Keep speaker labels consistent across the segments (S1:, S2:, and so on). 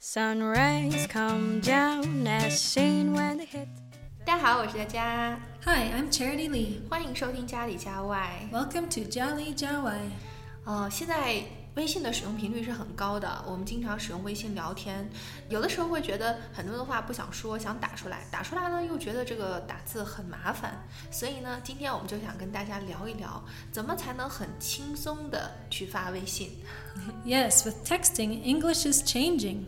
S1: Sun rays come down as seen when they hit.
S2: 大家好，我是佳佳，
S3: Hi, I'm Charity Lee.
S2: 欢迎收听家里家外。
S3: Welcome to Jolly Jawai.
S2: 呃，现在微信的使用频率是很高的，我们经常使用微信聊天，有的时候会觉得很多的话不想说，想打出来，打出来呢又觉得这个打字很麻烦，所以呢，今天我们就想跟大家聊一聊，怎么才能很轻松的去发微信。
S3: Yes, with texting, English is changing.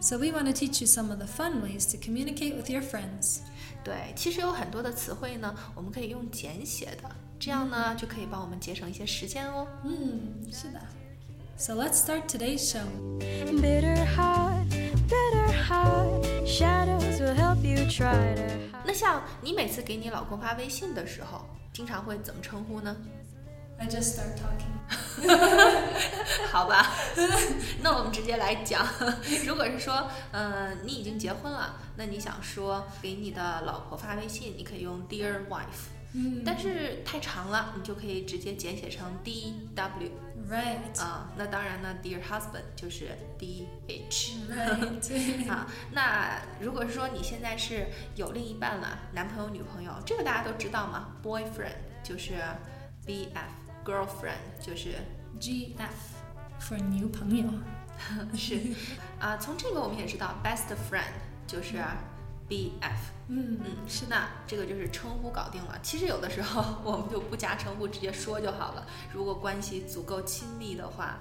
S3: So we want to teach you some of the fun ways to communicate with your friends.
S2: 对，其实有很多的词汇呢，我们可以用简写的，这样呢就可以帮我们节省一些时间哦。
S3: Hmm, So let's start today's show.
S1: Bitter heart, bitter heart, shadows will help you try to hide.
S2: 那像你每次给你老公发微信的时候，经常会怎么称呼呢？
S3: I just start talking.
S2: 好吧，那我们直接来讲。 如果是说，呃，你已经结婚了，那你想说给你的老婆发微信，你可以用 Dear Wife，但
S3: Mm.
S2: 是太长了，你就可以直接简写成 D W
S3: Right.
S2: 啊、那当然呢，Dear Husband 就是 D H。
S3: Right.
S2: 啊，那如果是说你现在是有另一半了，男朋友、女朋友，这个大家都知道嘛？Boyfriend 就是 B F，girlfriend 就是
S3: GF for new 朋友.
S2: 是，啊，从这个我们也知道，best friend 就是 BF，嗯，
S3: Mm.
S2: 是那这个就是称呼搞定了。其实有的时候 我们就不加称呼，直接说就好了。如果关系足够亲密的话，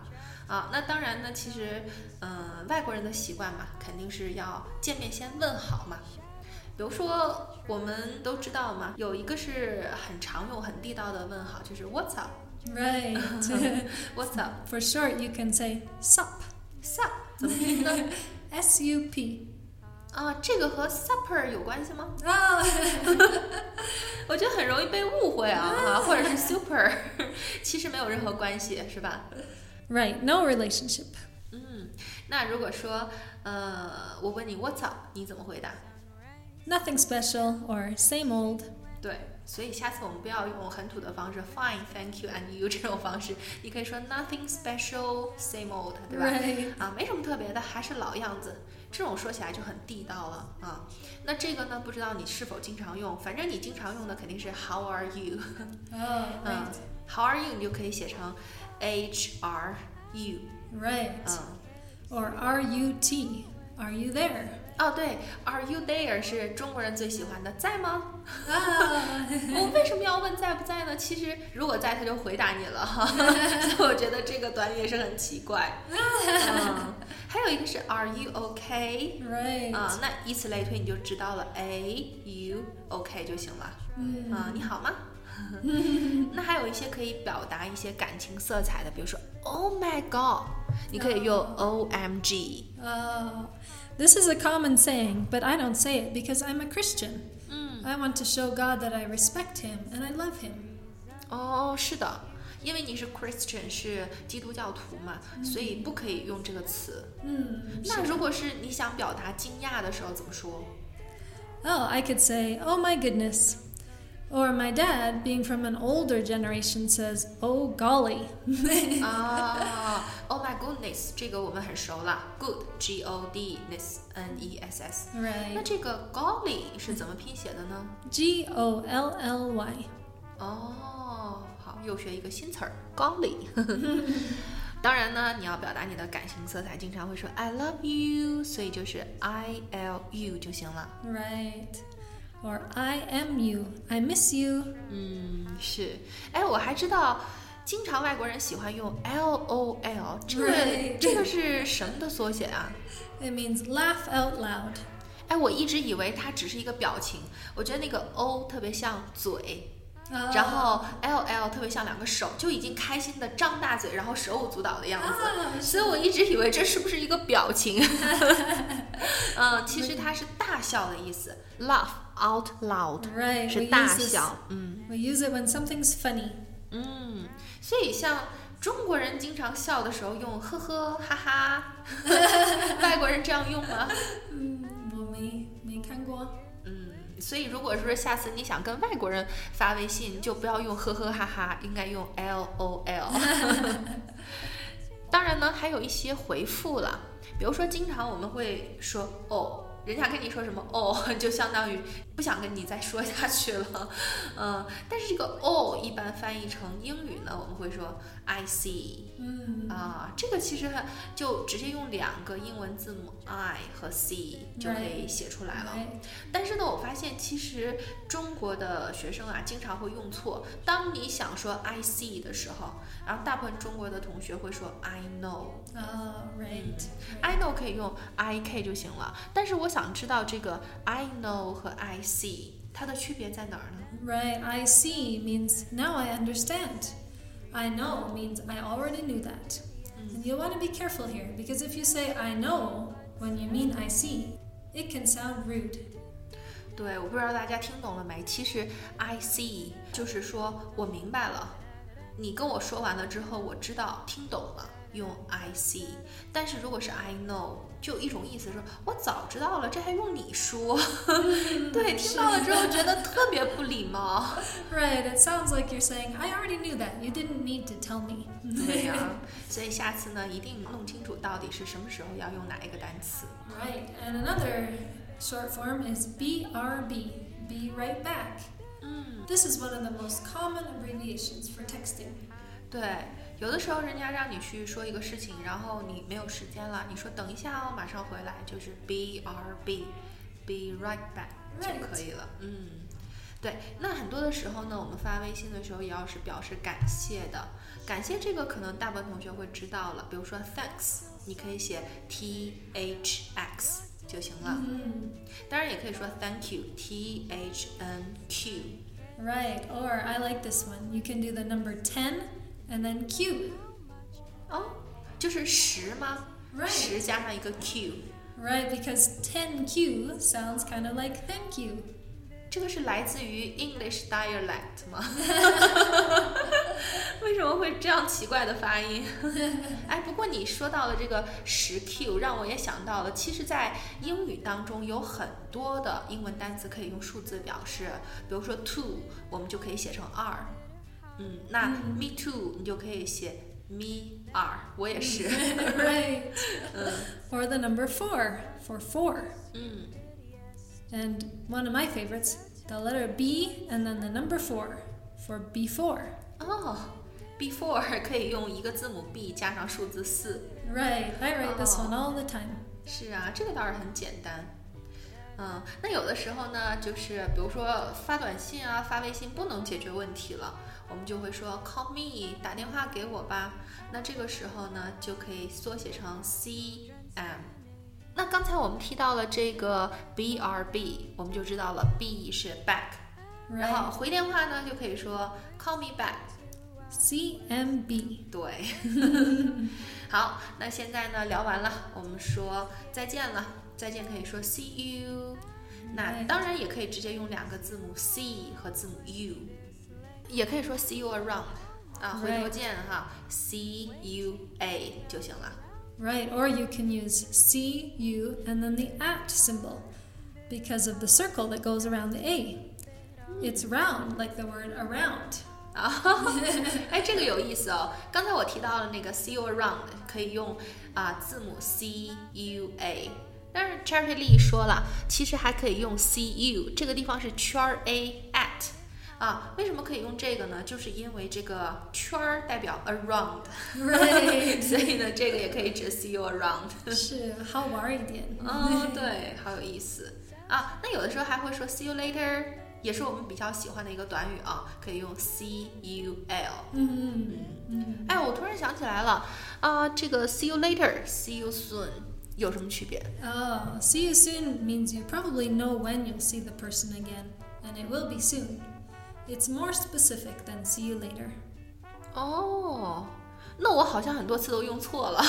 S2: 啊，那当然呢，其实，嗯、外国人的习惯嘛，肯定是要见面先问好嘛。比如说，我们都知道嘛，有一个是很常用、很地道的问好，就是 What's
S3: Right.
S2: up，What's up，Sup
S3: for short, you can say sup.
S2: 怎么拼呢？
S3: S U P.
S2: 啊，这个和 supper 有关系吗？
S3: Oh,
S2: 我觉得很容易被误会啊，哈，或者是 super，其 实没有任何关系，是吧？
S3: right. No relationship.
S2: 嗯，那如果说，呃，我问你 what's up，你怎么回答？
S3: Nothing special or same old.
S2: 对，所以下次我们不要用很土的方式，fine，thank you，and you 这种方式，你可以说 nothing special，same old，对吧
S3: Right.
S2: 啊，没什么特别的，还是老样子。这种说起来就很地道了啊。那这个呢，不知道你是否经常用，反正你经常用的肯定是 How are you？
S3: Oh,
S2: 嗯
S3: right.
S2: ，How are you？你就可以写成 H R U。
S3: Right.
S2: 嗯，
S3: Or R U T. Are you there?
S2: 哦对，Are you there 是中国人最喜欢的，在吗？
S3: Ah.
S2: 我为什么要问在不在呢？其实如果在，他就回答你了哈。 所以我觉得这个短语也是很奇怪。嗯，还有一个是 Are you OK？
S3: right.
S2: 啊、那以此类推，你就知道了，A U OK 就行了。
S3: 嗯
S2: 啊、你好吗？ 那还有一些可以表达一些感情色彩的，比如说 Oh my God，你可以用 O M G。
S3: Oh. This is a common saying, but I don't say it because I'm a Christian. I want to show God that I respect Him and I love Him.
S2: 哦，是的，因为你是 Christian 是基督教徒嘛，所以不可以用这个词。
S3: Mm.
S2: 那如果是你想表达惊讶的时候怎么说？
S3: Oh, I could say, Oh my goodness. Or my dad, being from an older generation, says, Oh golly.
S2: 啊，Oh my goodness，这个我们很熟了，good g o d ness n e s s。那
S3: Right.
S2: 这个 golly 是怎么拼写的呢？
S3: G O L L Y.
S2: 哦，好，又学一个新词儿，golly。当然呢，你要表达你的感情色彩，经常会说 I love you，所以就是 I L U 就行了。
S3: Right. Or I am you. I miss you.
S2: 嗯，是。哎，我还知道，经常外国人喜欢用 L O L，这个
S3: Right
S2: 这个是什么的缩写啊？
S3: It means laugh out loud.
S2: 哎，我一直以为它只是一个表情，我觉得那个 O 特别像嘴，
S3: 啊
S2: 然后 L L 特别像两个手，就已经开心的张大嘴，然后手舞足蹈的样
S3: 啊
S2: 子。所以我一直以为这是不是一个表情？嗯，其实它是大笑的意思，laugh out loud
S3: right,
S2: 是
S3: we
S2: 大
S3: use, this,
S2: 笑，嗯。
S3: we use it when something's funny.
S2: 嗯，所以像中国人经常笑的时候用呵呵哈哈， 外国人这样用吗？
S3: 我没没看过。
S2: 嗯，所以如果说下次你想跟外国人发微信，就不要用呵呵哈哈，应该 用 L O L。当然呢，还有一些回复了，比如说，经常我们会说哦，人家跟你说什么哦， 就相当于不想跟你再说下去了，嗯。但是这个哦一般翻译成英语呢，我们会说 I see
S3: 嗯
S2: 啊，这个其实很就直接用两个英文字母 I 和 C 就可以写出来了。
S3: right.
S2: 但是呢，我发现其实中国的学生啊，经常会用错。当你想说 I see 的时候，然后大部分中国的同学会说 I know。
S3: Ah, right.
S2: I know 可以用 I K 就行了。但是我想知道这个 I know 和 I see 它的区别在哪儿呢？
S3: Right, I see means now I understand. I know means I already knew that. And you want to be careful here because if you say I know when you mean I see, it can sound rude.
S2: 对，我不知道大家听懂了没？其实 I see 就是说我明白了，你跟我说完了之后，我知道听懂了，用 I see。但是如果是 I know，就有一种意思是我早知道了，这还用你说？ 对，听到了之后觉得特别不礼貌。
S3: Right, it sounds like you're saying I already knew that. You didn't need to tell me.
S2: 对呀、所以下次呢，一定弄清楚到底是什么时候要用哪一个单词。
S3: Right, and another short form is BRB. Be right back.
S2: 嗯，
S3: This is one of the most common abbreviations for texting.
S2: 对，有的时候人家让你去说一个事情，然后你没有时间了，你说等一下哦，马上回来，就是 B R B，be right back 就
S3: Right
S2: 可以了。嗯，对。那很多的时候呢，我们发微信的时候也要是表示感谢的，感谢这个可能大部分同学会知道了，比如说 thanks，你可以写 T H X 就行了，
S3: 嗯 Hmm,
S2: 当然也可以说 thank you，T H N Q。
S3: Right, or I like this one. You can do the number 10 and then Q.
S2: 哦，就是十吗？
S3: Right
S2: 十加上一个 Q，
S3: Right, because 10Q sounds kind of like thank you.
S2: 这个是来自于 English dialect 吗？为什么会这样奇怪的发音？ 哎，不过你说到了这个十 Q，让我也想到了，其实，在英语当中有很多的英文单词可以用数字表示，比如说 two，我们就可以写成二。嗯，那 me too，你就可以写 me 二，我也是。
S3: right. Or the number 4 for 4.
S2: 嗯。
S3: And one of my favorites, the letter B and then the number 4 for before.
S2: 哦、b e f o r e 可以用一个字母 b 加上数字四。
S3: Right, I write this
S2: Oh.
S3: one all the time.
S2: 是啊，这个倒是很简单。嗯，那有的时候呢，就是比如说发短信啊、发微信不能解决问题了，我们就会说 call me，打电话给我吧。那这个时候呢，就可以缩写成 CM。那刚才我们提到了这个 BRB，我们就知道了 B 是 back，然后
S3: Right,
S2: 回电话呢就可以说 call me back。
S3: CMB.
S2: 对， 好，那现在呢聊完了，我们说再见了，再见可以说 see you，那
S3: 对
S2: 当然也可以直接用两个字母 see 和字母 you，也可以说 see you around 啊，回头
S3: Right
S2: 见哈，see you a 就行了。
S3: Right, or you can use C, U, and then the at symbol because of the circle that goes around the A. It's round, like the word around.
S2: 啊， 哎，这个有意思哦。刚才我提到了那个 see you around 可以用啊、字母 C U A，但是 Charity Lee 说了，其实还可以用 see you，这个地方是圈儿 A at。啊，为什么可以用这个呢？就是因为这个圈儿代表 around，
S3: Right.
S2: 所以呢，这个也可以指 see you around。
S3: How are you doing?
S2: 嗯，对，好有意思啊。那有的时候还会说 see you later，也是我们比较喜欢的一个短语啊，可以用 see you l。哎，我突然想起来了，啊、这个 see you later，see you soon 有什么区别？
S3: Oh, see you soon means you probably know when you'll see the person again, and it will be soon. It's more specific than see you later.
S2: 哦，那我好像很多次都用错 了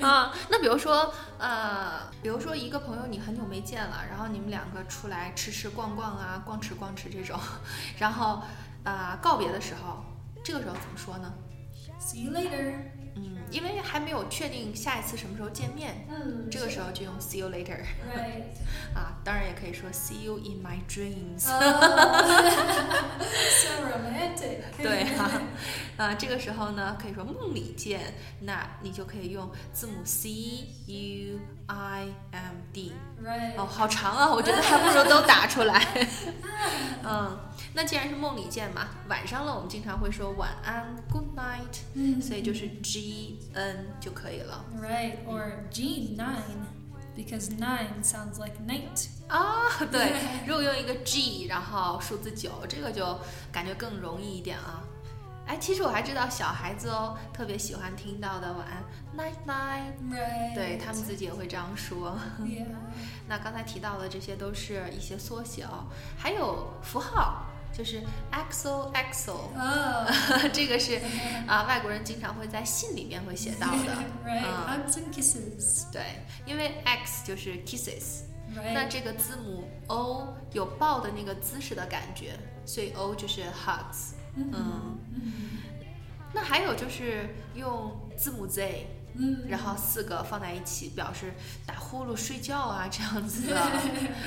S3: Oh.
S2: 啊。那比如说，呃，比如说一个朋友你很久没见了，然后你们两个出来吃吃逛逛啊，逛吃逛吃这种， 呃然后啊、告别的时候，这个时候怎么说呢？
S3: see you later.
S2: 嗯，因为还没有确定下一次什么时候见面，
S3: 嗯，
S2: 这个时候就用 see you later
S3: Right.
S2: 啊，当然也可以说 see you in my dreams。
S3: Oh, so romantic.
S2: 对啊，啊，这个时候呢，可以说梦里见，那你就可以用字母 C U I M D。
S3: Right.
S2: 哦，好长啊，我觉得还不如都打出来。嗯，那既然是梦里见嘛，晚上了，我们经常会说晚安 （good night），
S3: Mm.
S2: 所以就是 G N 就可以了。
S3: Right, or G9, because 9 sounds like night.
S2: 啊、 对，如果用一个 G，然后数字九，这个就感觉更容易一点啊。哎，其实我还知道小孩子哦，特别喜欢听到的晚安 night night，
S3: Right.
S2: 对他们自己也会这样说。
S3: Yeah.
S2: 那刚才提到的这些都是一些缩写哦，还有符号，就是 XOXO，
S3: Oh,
S2: 这个是 啊、外国人经常会在信里面会写到的。
S3: right.
S2: Uh.
S3: Hugs and kisses.
S2: 对，因为 X 就是 kisses，那
S3: Right.
S2: 这个字母 O 有抱的那个姿势的感觉，所以 O 就是 hugs。嗯，那还有就是用字母 Z，
S3: Mm.
S2: 然后四个放在一起，表示打呼噜、睡觉啊这样 子的。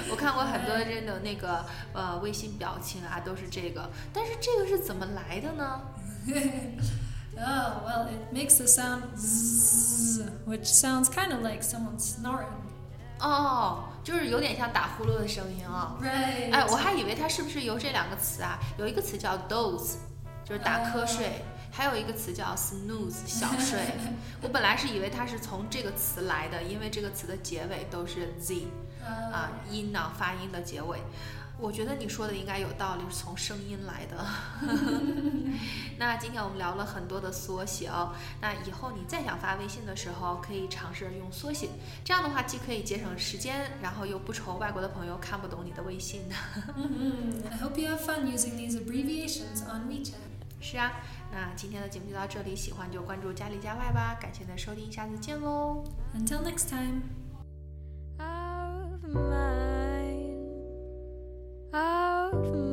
S2: 我看过很多人的那个呃微信表情啊，都是这个。但是这个是怎么来的呢？
S3: Oh, well, it makes the sound zzz, which sounds kind of like someone snoring.
S2: 哦，就是有点像打呼噜的声音啊、
S3: Right.
S2: 哎，我还以为它是不是由这两个词啊？有一个词叫 doze，就是打瞌睡还有一个词叫 snooze，小睡。我本来是以为它是从这个词来的，因为这个词的结尾都是 z。
S3: Uh,
S2: 啊，音呢发音的结尾。我觉得你说的应该有道理，是从声音来的。那今天我们聊了很多的缩写哦，那以后你再想发微信的时候，可以尝试用缩写，这样的话既可以节省时间，然后又不愁外国的朋友看不懂你的微信。
S3: mhm. I hope you have fun using these abbreviations on WeChat.
S2: 是啊，那今天的节目就到这里，喜欢就关注家里家外吧，感谢你的收听，下次见喽。
S3: Until next time.
S1: Out of mind, out of